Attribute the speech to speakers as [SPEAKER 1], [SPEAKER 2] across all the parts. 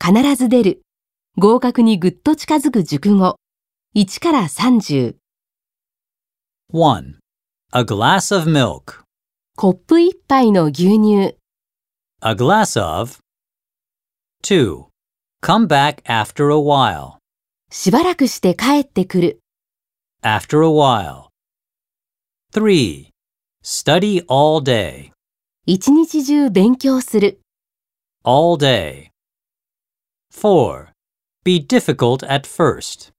[SPEAKER 1] 必ず出る、合格にぐっと近づく熟語、1から30、
[SPEAKER 2] 1. A glass of milk.
[SPEAKER 1] コップ1杯の牛乳、
[SPEAKER 2] A glass of. 2. Come back after a while.
[SPEAKER 1] しばらくして帰ってくる、
[SPEAKER 2] After a while. 3. Study all day.
[SPEAKER 1] 一日中勉強する、
[SPEAKER 2] All day. 4. Be difficult at first.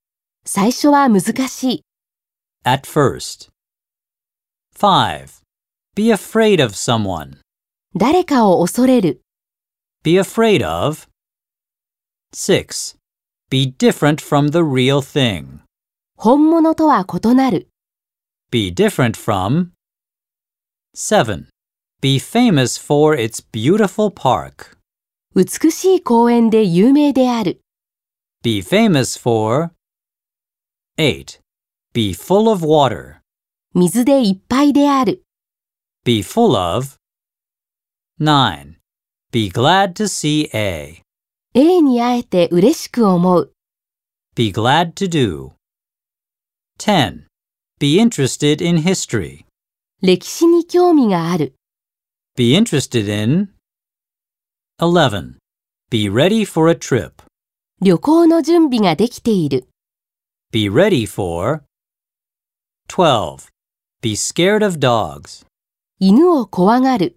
[SPEAKER 1] 最初は難しい、
[SPEAKER 2] At first. 5. Be afraid of someone.
[SPEAKER 1] 誰かを恐れる、
[SPEAKER 2] Be afraid of. 6. Be different from the real thing.
[SPEAKER 1] 本物とは異なる、
[SPEAKER 2] Be different from. 7. Be famous for its beautiful park.
[SPEAKER 1] 美しい公園で有名である、
[SPEAKER 2] Be famous for. 8. Be full of water.
[SPEAKER 1] 水でいっぱいである、
[SPEAKER 2] Be full of. 9. Be glad to see A.
[SPEAKER 1] A に会えて嬉しく思う、
[SPEAKER 2] Be glad to do. 10. Be interested in history.
[SPEAKER 1] 歴史に興味がある、
[SPEAKER 2] Be interested in. 11. Be ready for a trip.
[SPEAKER 1] 旅行の準備ができている、
[SPEAKER 2] Be ready for. 12. Be scared of dogs.
[SPEAKER 1] 犬を怖がる、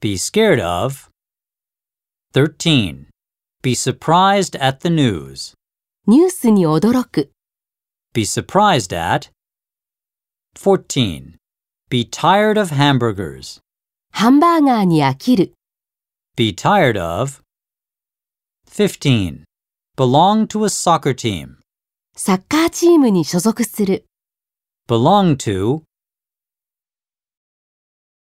[SPEAKER 2] Be scared of. 13. Be surprised at the news.
[SPEAKER 1] ニュースに驚く、
[SPEAKER 2] Be surprised at. 14. Be tired of hamburgers.
[SPEAKER 1] ハンバーガーに飽きる、
[SPEAKER 2] Be tired of. 15. Belong to a soccer team.
[SPEAKER 1] サッカーチームに所属する。
[SPEAKER 2] Belong to.